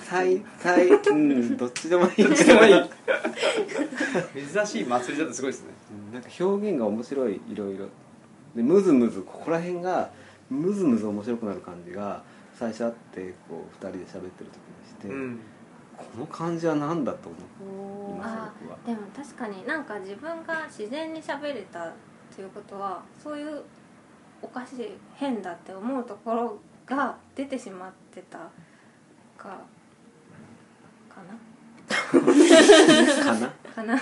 最最うんどっちでもいい
どっちでもいい珍しい祭りだとすごいですね
うんなんか表現が面白いいろいろでムズムズここら辺がムズムズ面白くなる感じが最初あってこう2人で喋ってる時にして、
うん
この感じは何だと思いま
おー
した僕
あ
は。
でも確かになんか自分が自然に喋れたっていうことはそういうおかしい変だって思うところが出てしまってたかか
かな、
なかな
うん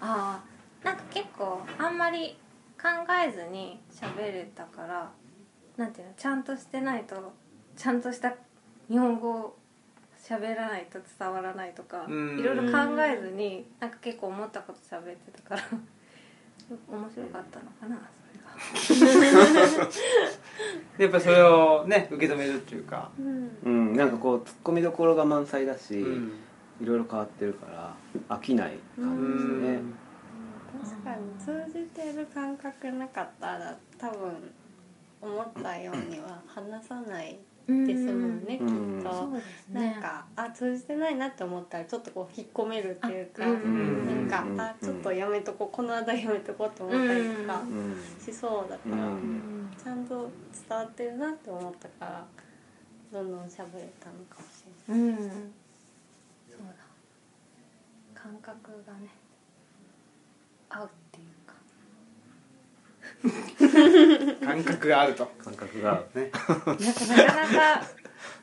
ああなんか結構あんまり考えずに喋れたからなんていうのちゃんとしてないとちゃんとした日本語を喋らないと伝わらないとか
うん
いろいろ考えずになんか結構思ったこと喋ってたから 面白かったのかな
でやっぱりそれをね受け止めるっていうか、
うん
うん、なんかこうツッコミどころが満載だし、
うん
いろいろ変わってるから飽きない感じです
確
ね。
かに通じてる感覚なかったら多分思ったようには話さない
それが
ですもんね、
うん
きっ
そ
と
う、ですね
なんかあ通じてないなって思ったらちょっとこう引っ込めるっていうか、
あうん
うん
なんかあちょっとやめとこうこの間やめとこうって思ったりとか
うんうん
しそうだか
う
ら、
ん
ちゃんと伝わってるなって思ったからどんどん喋れたのかもしれない。
うん、うん、そうだ感覚がね合うっていうか
感覚が合うと
感覚が
ね
なんかなかなか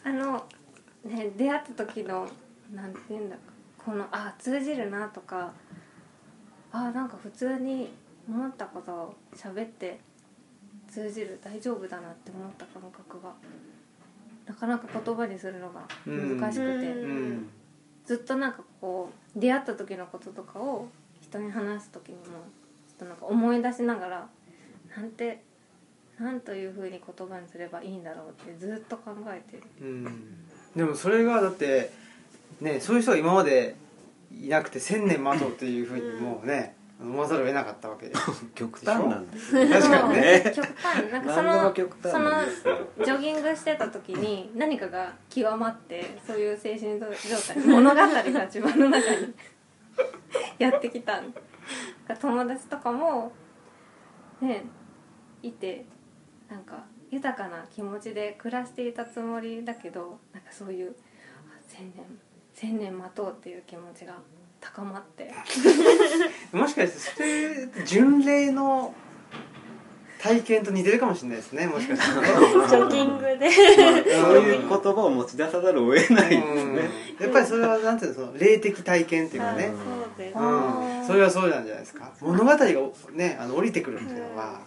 あのね出会った時のなんて言うんだかこのあ通じるなとかあなんか普通に思ったことを喋って通じる大丈夫だなって思った感覚がなかなか言葉にするのが難しくて、
うん
うん
ずっとなんかこう出会った時のこととかを人に話す時にもちょっとなんか思い出しながらなんてなんというふうに言葉にすればいいんだろうってずっと考えてる
うんでもそれがだってねそういう人が今までいなくて千年待とうっていうふうにもうね、飲まざるを得なかったわけで
極端なんですよ
確かにね
極端になんかそ
何でも
の
極端なんですよ
ジョギングしてた時に何かが極まってそういう精神状 態物語が自分の中に やってきたん友達とかもねいてなんか豊かな気持ちで暮らしていたつもりだけどなんかそういうあ千年千年待とうっていう気持ちが高まって
もしかしてそういう巡礼の体験と似てるかもしれないですねもしかしたらね
ジョギングで
まあ そういう言葉を持ち出さざるを得ないですね
うんやっぱりそれはなんていうのその霊的体験っていうかね
あそうです
う
うんんそれはそうなんじゃないですか物語がねあの降りてくるっていうのは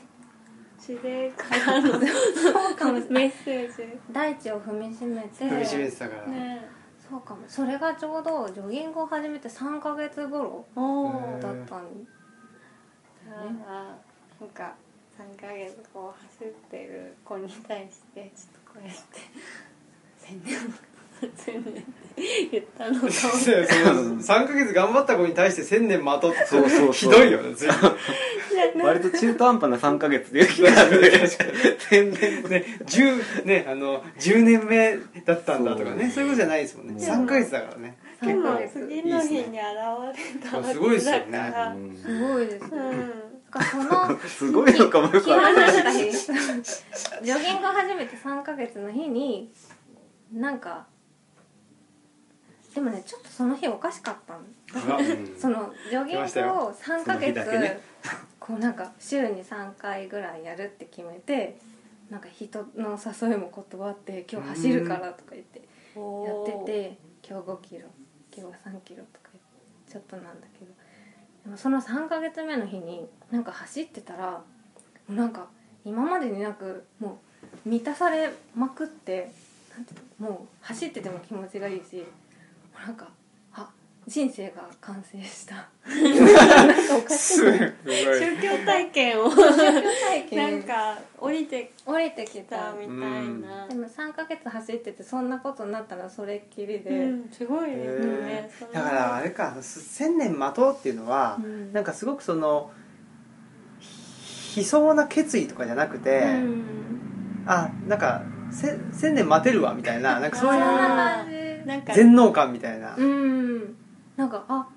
自然からのメッセージ
大地を踏みしめて
踏みしめてたから、
ね
そうかもそれがちょうどジョギングを始めて3ヶ月頃
おお
う
だ
ん
ったんだよね
あーなんか3ヶ月こう走ってる子に対してちょっとこうやって「千年千年」って言ったのと思って
3ヶ月頑張った子に対して1000年まとって
そうそうそう
ひどいよね随分
割と中途半端な3ヶ月できたので全然
ね10ねあの10年目だったんだとかね
そう
そういうことじゃないですもんね
うん
3ヶ月だからね
で
3ヶ
も
月
次の日に現れた
いいっすねあすごいっすよね
だからうん
すごいですね、だからその
すごいのかもよく
気
わか
が
んない
付いた日ジョギングを始めて3ヶ月の日になんかでもねちょっとその日おかしかったのそのジョギング
出ました
を
よ
3
そ
ヶ
の日
月
だけね
こうなんか週に3回ぐらいやるって決めてなんか人の誘いも断って今日走るからとか言ってや
お
っ
ー
てて今日5キロ今日は3キロとかちょっとなんだけどでもその3ヶ月目の日になんか走ってたらもうなんか今までになくもう満たされまくってなんていうのもう走ってても気持ちがいいしもうなんかあ人生が完成したなんかおかしい
すごい
宗教体験を なんか降りて
降りてき
きた
た
みたいな
でも3ヶ月走っててそんなことになったらそれっきりで、
うんすごいです
へ
ねその
だからあれか1000年待とうっていうのは
うん
なんかすごくそのひ悲壮な決意とかじゃなくて、
うん
あなんかせ千年待てるわみたい ななんか
そ
そ
ん
う
な
いう
感じ
なんか
全能感みたいな、
うんなんかあ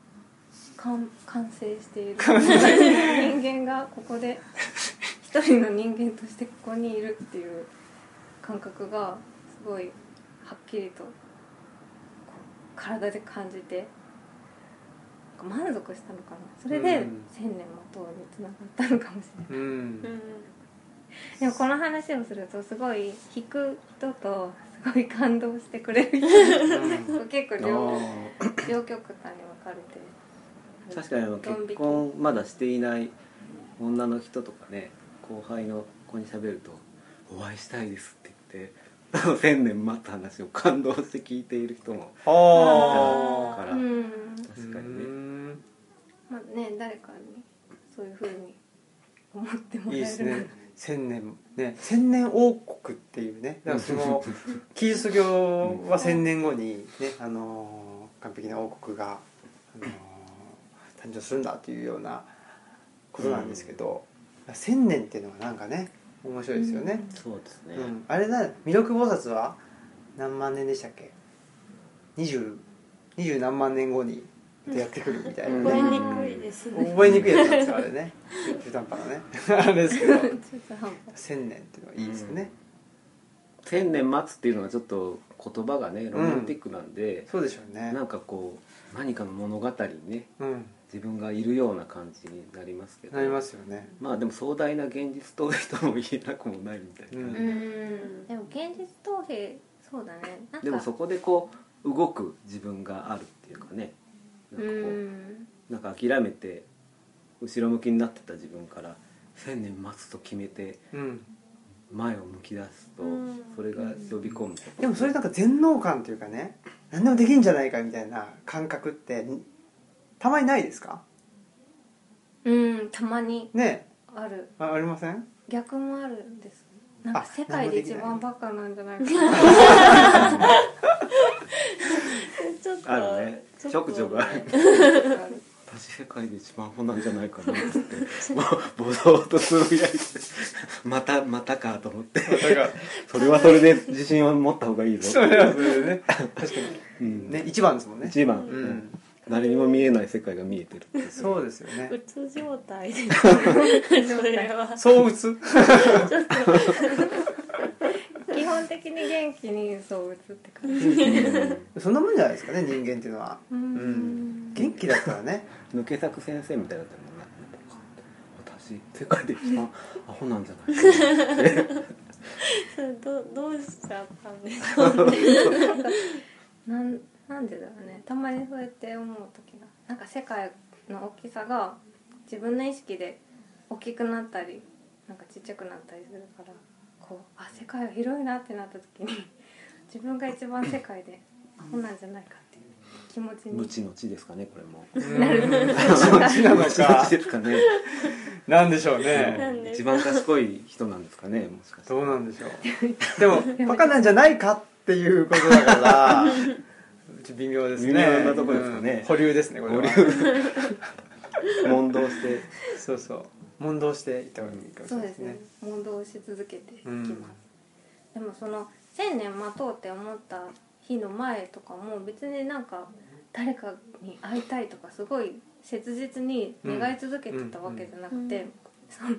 完完成している
完
人間がここで一人の人間としてここにいるっていう感覚がすごいはっきりとこう体で感じてなんか満足したのかなそれで
うん
千年待とうにつながったのかもしれない
うん
うん
でもこの話をするとすごい引く人とすごい感動してくれる人
うん
結構両両極端に分かれて
確かにあの
ドン引き
結婚まだしていない女の人とかね後輩の子に喋ると「お会いしたいです」って言ってあの千年待った話を感動して聞いている人も
あ
いた
あ
から
うん
確かにね
まあね誰かにそういうふうに思ってもら
い
え
い
る
ですね千年ね千年王国っていうねだからそのキリスト教は千年後 にねあのー完璧な王国が、あのー誕生するんだというようなことなんですけど、千年っていうのがなんかね面白いですよね、
そうですね、
うん、あれだ弥勒菩薩は何万年でしたっけ20 20何万年後にやってくるみたいな
覚え
ね、
にくいですね
覚えにくいやつなんですよあれね中途半端なね あれですけど
うんちょっと半端
千年っていうのはいいですね、
千年待つっていうのはちょっと言葉がねロマンティックなんで、
そうでしょうね
なんかこう何かの物語にね
うん
自分がいるような感じになりますけど
なりますよね
まあでも壮大な現実と人も言えなくもないみたいな、
うん
うんでも現実逃避そうだねなんか
でもそこでこう動く自分があるっていうかねなん
う
かこう、
ん
なんか諦めて後ろ向きになってた自分から千年待つと決めて
うん
前を向き出すと、
うん
それが呼び込むこと、
でもそれなんか全能感というかね何でもできんじゃないかみたいな感覚ってたまにないですか
うんたまに
ね
ある
あありません
逆もあるんですなんか
あ
世界で一番
何もできない
バカなんじゃないかな
ちょっと
あるね
ちょっと
ちょくちょくある
とかある
確世界で一番アホなんじゃないか なっつってもうボソッとつぶやいてまたまたかと思ってそれはそれで自信を持った方がいいぞ
そ、れはそれでね確か
うん
にね一番ですもんね
一番、
う
うん
ん
誰にも見えない世界が見えてるってい
そうですよね
うつ状態ですそれは
そう打つ
基本的に元気にそう打つって感じ
そんなもんじゃないですかね人間っていうのは
う
うん元気だったらね
抜け作先生みたいだったもんな私世界で一番アホなんじゃないかなって
それどどうしちゃったんですか
なんなんでだろうねたまにそうやって思う時がなんか世界の大きさが自分の意識で大きくなったりなんかちっちゃくなったりするからこうあ世界は広いなってなった時に自分が一番世界でアホなんじゃないかっていう気持ち
無
に
知の知ですかねこれも
なるなの
無知の
か
知ですかね
なんでしょう ね
んです
一番賢い人なんですかねもしかして
どうなんでしょうでもバカなんじゃないかっていうことだから微妙ですね
微妙なとこですかね
うん保留ですねこれは
保問答して
そうそう問答していった方がいいかもし
そ
れ
う
ない
で
ですすね
ね問答し続けていき
うん
ます、でもその千年待とうって思った日の前とかも別になんか誰かに会いたいとかすごい切実に願い続けてたわけじゃなくて、
うん
その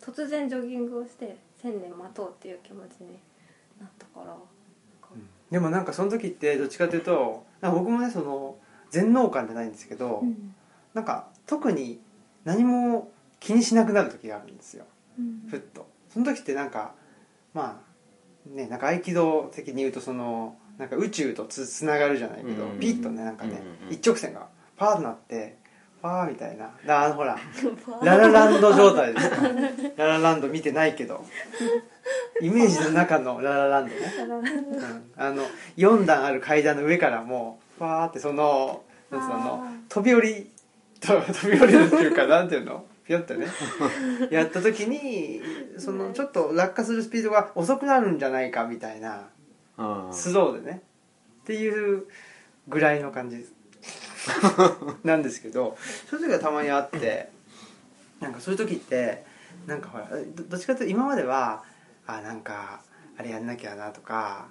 突然ジョギングをして千年待とうっていう気持ちになったからなんか
でもなんかその時ってどっちかというとなんか僕もねその全能感じゃないんですけど、なんか特に何も気にしなくなる時があるんですよふっとその時ってなんかまあねなんか合気道的に言うとそのなんか宇宙とつつながるじゃないけど、
うん
ピッとねなんかね、
うん
一直線がパーッとなってパーみたいなだあのほら
か
ララランド状態ですよララランド見てないけどイメージの中のララランドねうんあの4段ある階段の上からもうファーってそのなんつうのあの
あー
飛び降りと 飛び降りるっていうかなんていうのピョンってねやった時にそのちょっと落下するスピードが遅くなるんじゃないかみたいな
ああ
スローでねっていうぐらいの感じです なんですけどそういう時がたまにあってなんかそういう時ってなんかほらどどっちかというと今まではあなんかあれやんなきゃなとか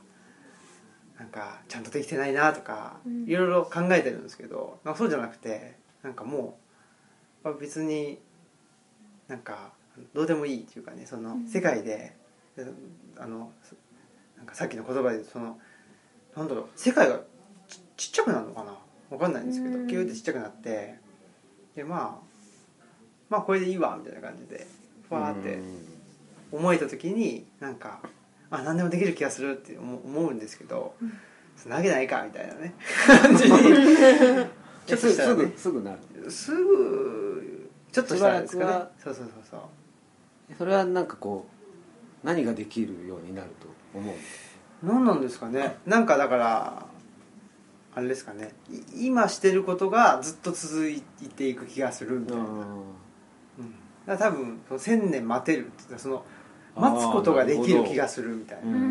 なんかちゃんとできてないなとか
うん
いろいろ考えてるんですけどなんかそうじゃなくてなんかもうあ別になんかどうでもいいっていうかねその
うん
世界で、あのなんかさっきの言葉でそのなんだろう世界がちちっちゃくなるのかなわかんないんですけど
うん
キューってちっちゃくなってでまあまあこれでいいわみたいな感じでふわーって思えた時になんかあ何でもできる気がするって思う思うんですけど、
うん
そんなわけないかみたいなね感じに
ちょっとすぐすぐなる
すぐちょっとしたらですか
しば
ね
らくは
そうそうそう
それはなんかこう何ができるようになると思う
そう何なんですかねなんかだからあれですかねい今してることがずっと続いていく気がするみたいな、うんだから多分その千年待てるって言ったらその待つことができる気がするみたいな
うんうんう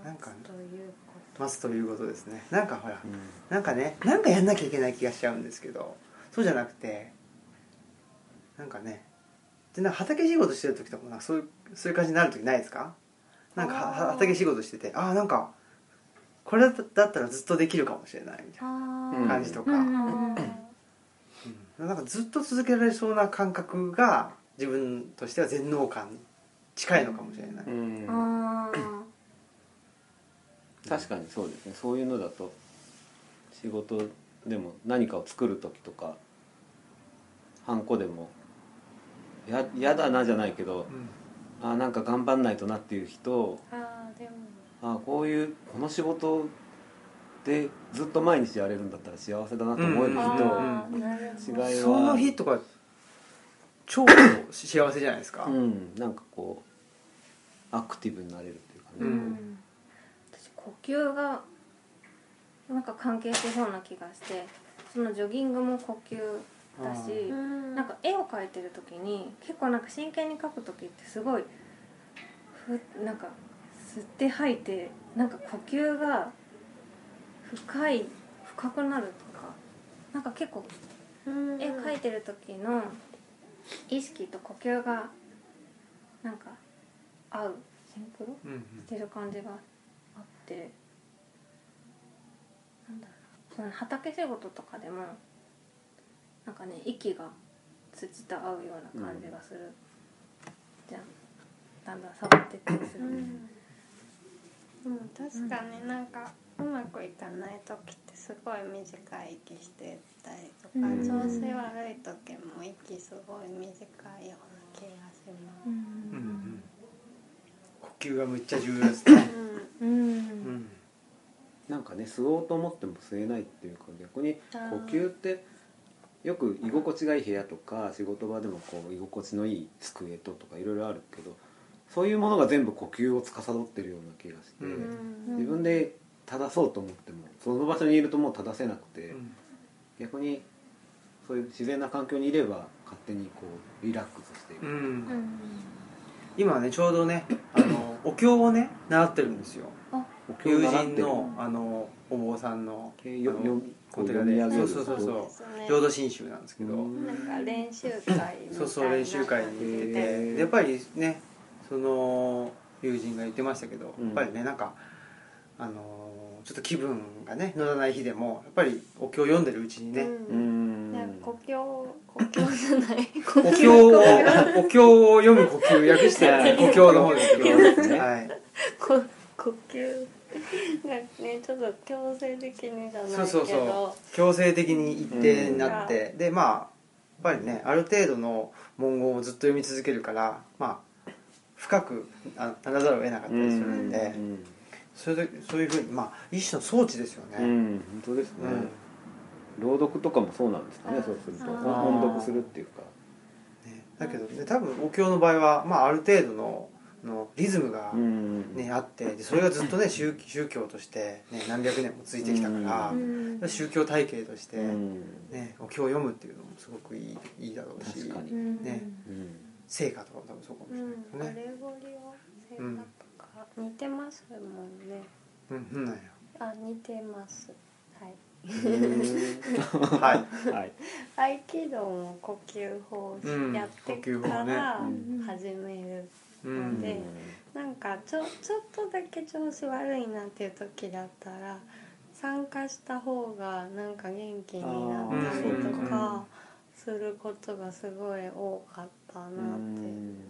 ん
なんかね
というこ
待つということですねなんかほら、
うんうん
なんかねなんかやんなきゃいけない気がしちゃうんですけどそうじゃなくてなんかねでなんか畑仕事してる時とかもなんかそういうそういう感じになる時ないですかなんかは
あー
畑仕事しててああんかこれだったらずっとできるかもしれないみたい
とあ
な
ー
感じとか、
うんうんうん
うんなんかずっと続けられそうな感覚が自分としては全能感に近いのかもしれない、
うん
あー
確かにそうですねそういうのだと仕事でも何かを作る時とかハンコでもややだなじゃないけどあなんか頑張んないとなっていう人
あーでも
あこういうこの仕事でずっと毎日やれるんだったら幸せだなと思える人、
あーなるほど
違い
その日とか超幸せじゃないですか、
うん、なんかこうアクティブになれるっていうかね、
う
うんん、私呼吸がなんか関係してそうな気がしてそのジョギングも呼吸だし
う、ん
なんか絵を描いてる時に結構なんか真剣に描く時ってすごいふなんか吸って吐いてなんか呼吸が深い深くなるとかなんか結構
うん
絵描いてる時の意識と呼吸がなんか合うシンクロ
うんうん
してる感じがあってなんだろうなその畑仕事とかでもなんかね息が土と合うような感じがする、じゃんだんだん触ってったりす
う
る、
ん、うん、確かになんかうまくいかない時ってすごい短い息してたりとか、
うん
調子悪い時も息すごい短いような気がします。
うんうんん呼吸がむっちゃ重要ですね、
う
うんん、
なんかね吸おうと思っても吸えないっていうか逆に
あ
呼
ー
吸ってよく居心地がいい部屋とか仕事場でもこう居心地のいい机ととかいろいろあるけどそういうものが全部呼吸を司ってるような気がして、
うん
うん
自分で正そうと思ってもその場所にいるともう正せなくて、
うん
逆にそういう自然な環境にいれば勝手にこうリラックスしていく、
うん
うん
今ねちょうどねあのお経をね習ってるんですよ
お経を
友
習って
人
る
のあのお坊さんの
えーよ
あの
よ
お寺で
読み上げ
そ
る
うそうそう
そ
そうう
ですね
浄土真宗なんですけど、
うん
なんか練習会みたいな
そうそう練習会に行って
へ
て
ー
やっぱりねその友人が言ってましたけど、
うん
やっぱりねなんかあのーちょっと気分がね乗らない日でもやっぱりお経を読んでるうちにね、
う
うんん
なんか故郷故郷じゃない
お経をお経を読む呼吸訳して
はい
お経の方ですけど、
お経ですね
はい、
こ呼吸がねちょっと強制的にじゃないけど
そうそうそう強制的に一定になって、でまあやっぱりねある程度の文言をずっと読み続けるからまあ深くあならざるを得なかったりするんで、
うん
それでそういうふうにまあ一種の装置ですよね、
うん、本当ですね、
うん
朗読とかもそうなんですかね
あ
そうすると
あー
音読するっていうか
ねだけど、ね、多分お経の場合は、まあ、ある程度のあのリズムが、
ん
ねあってでそれがずっとね宗宗教として、ね、何百年も続いてきたから、
うん
宗教体系として、
うん
ね、お経を読むっていうのもすごくいいいいだろうし
確かに、
ね
うん
成果とかも多分そうかもし
う
れないです
ん、
ね
ア、レゴリオ聖歌とか、似てますもんね。
うん、うんなんや
あ、似てます。はい。
はい
はい、
合気道も呼吸法
うん
やって
呼吸
か
法ね
ら
うん
始める。
う
うん
ん
でなんかちょちょっとだけ調子悪いなっていう時だったら参加した方がなんか元気になったりとかすることがすごい多かったなって。うん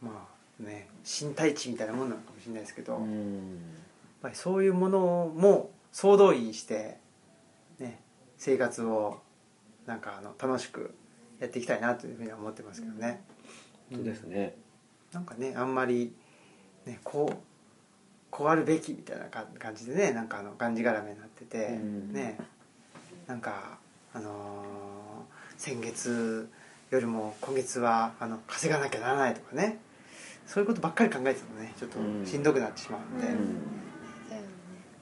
まあね身体値みたいなもんなのかもしれないですけど、
う
やっ
ん
ぱりそういうものも総動員して、ね、生活をなんかあの楽しくやっていきたいなというふうには思ってますけどね、
本当ですね、
なんかねあんまり、ね、こうこうあるべきみたいなか感じでねなんかあのがんじがらめになってて、
うん
ねなんかあのー先月よりも今月はあの稼がなきゃならないとかねそういうことばっかり考えてたのねちょっと
うん
しんどくなってしまうので、
うんだよね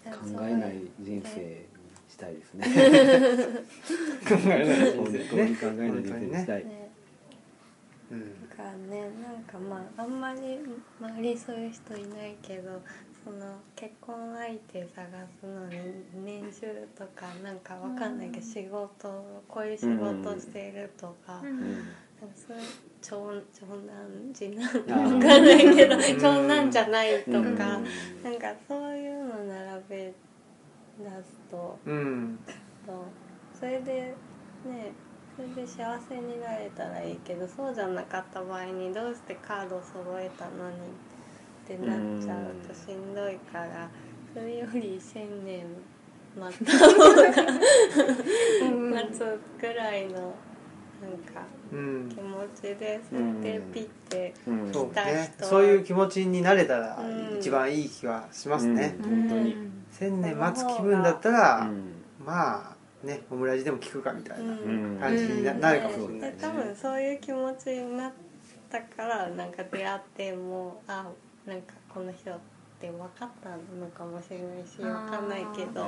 考えない人生にしたいですね
考えないで
本当
す
に
ね
考えない人生にしたい、
ね
うん
だからねなんかまああんまり周りそういう人いないけどその結婚相手探すのに年収とかなんかわかんないけど仕事こういう仕事しているとか,、
う
なんか
ん
そういう長長男次男
あー
わかんないけど
うん
長男じゃないとか、
うん
なんかそういうの並べ出すと。
うん
そうそれでねそれで幸せになれたらいいけどそうじゃなかった場合にどうしてカード揃えたのにってなっちゃうとしんどいからそれより1,000年待った方が
うん
待つぐらいのなんか
うん
気持ちで設定ピッて
うん
そうね
来た人は
そういう気持ちになれたら
うん
一番いい気はしますね、
うん本当に
うん
千年待つ気分だったら、
うん
まあねオムラジでも聞くかみたいな、
うん
感じにな,、
うん
なるかもしれない
で
ね
多分そういう気持ちになったからなんか出会ってもあなんかこの人って分かったのかもしれないし
あー
分かんないけど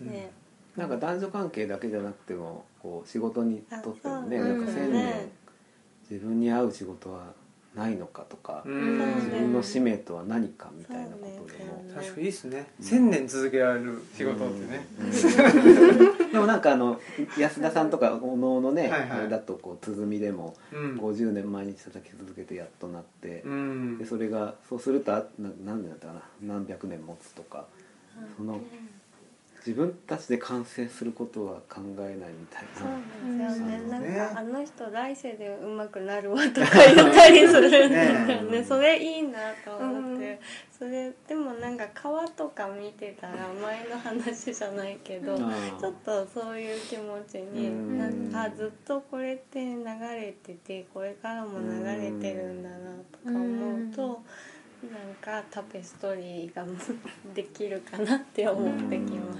ね、
なんか男女関係だけじゃなくてもこう仕事にとってもね
あ
な
そうん
か
そう
千
ね
年自分に合う仕事はないのかとか、
うん
そう
自
ね
分の使命とは何かみたいなことで
そう
も
ね
確かにいいですね千年続けられる仕事ってね、
うんでもなんかあの安田さんとかおのおの
は
ね、
いはい
あれだとこう鼓でも
うん
50年毎日叩き続けてやっとなって、
うん
でそれがそうするとあな何年だったかな何百年持つとかその自分たちで完成することは考えないみたい
そう
な
なんですよね、
うん
なん
ね
かあの人来世で上手くなるわとか言ったりするんですよね
ね
それいいなと思って、
うん
それでもなんか川とか見てたら前の話じゃないけど、
あ
ちょっとそういう気持ちに、
うん
なんかあずっとこれって流れててこれからも流れてるんだなとか思うと、なんかタペストリーができるかなって
ー
思ってきます。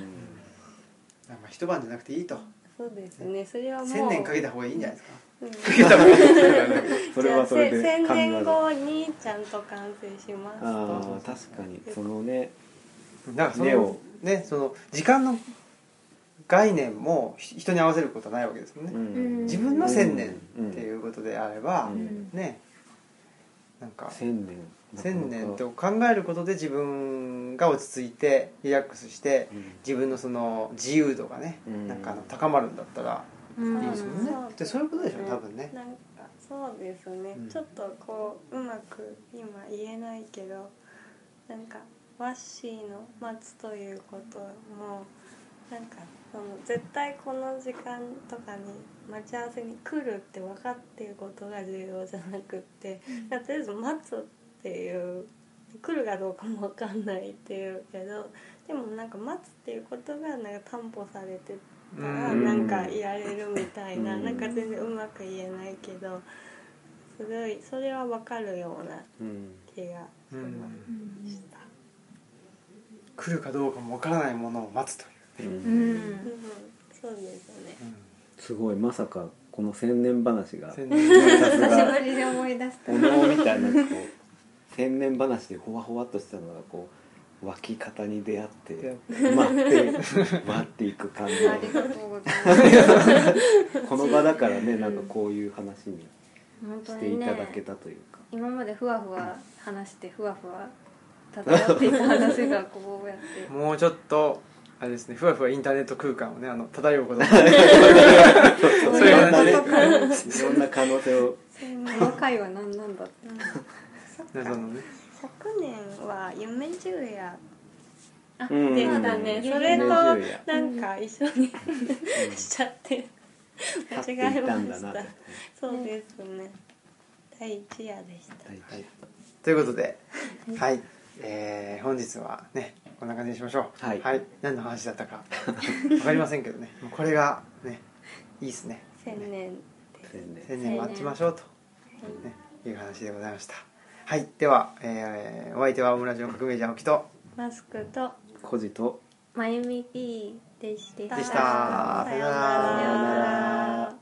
まあ一晩じゃなくていいと
そうですね。それはもう
千年かけた方がいいんじゃないですか
うん
かけた方がいいですよね
それはそれで
じゃあせ
考
1000
え
年
るあ
後にちゃんと完成します
あー確かにそのね
なんかそ
目
の
を
ねその時間の概念もひ人に合わせることはないわけですもんね、
ん
自分の千年
うん
っていうことであれば、
うん
ねなんか
千年
千年と考えることで自分が落ち着いてリラックスして自分のその自由度がね、
うん
なんかあの高まるんだったらいいですもんね、
うん
でそういうことでしょ多分ね、
なんかそうですね、
うん
ちょっとこううまく今言えないけどなんかワッシーの待つということもなんかその絶対この時間とかに待ち合わせに来るって分かっていることが重要じゃなくって、なんかとりあえず待つっていう来るかどうかも分かんないっていうけどでもなんか待つっていうことがなんか担保されてたら
うん
なんかやれるみたいな、
うん
なんか全然うまく言えないけどすごいそれは分かるような
うん
気がし
うん
まし
来るかどうかもわからないものを待つという
うん
た、
ん
うん、そうですね
う、うん
すごいまさかこの千年話が
千年
さす
久
が
しぶりに思い出した
お能みたいなこう千年話でほわほわっとしたのがこう湧き方に出会って待って待っていく感じ
ありがとうござい ます
この場だからねなんかこういう話に
本当
して
に
いただ
ね
けたというか、
今までふわふわ話してふわふわ漂っていた話がこうや って
もうちょっとあれですねふわふわインターネット空間をねあの漂うことそういう話
そういうことか
いろんな可能性を
この回は何なんだって
うん、そっ
謎
か
のね
昨年は夢十夜
あ
うん
で
そ
し
うだ
たね、
ね
それと
夢十夜
なんか一緒にしちゃって間
立ってい
違えま
たんだ
し
な
た
と
そうですね第一夜でした
大体
ということではい、えー、本日はねこんな感じにしましょう
はい
何の話だったかわかりませんけどねもうこれがねいいですね
千年
千年
千年待ちましょうと、ね、いう話でございましたはいでは、えー、お相手はオムラジオ革命者沖と
マスクと
孤児と
まゆみ P でし
で
た
でした
さような
さような
ら
ら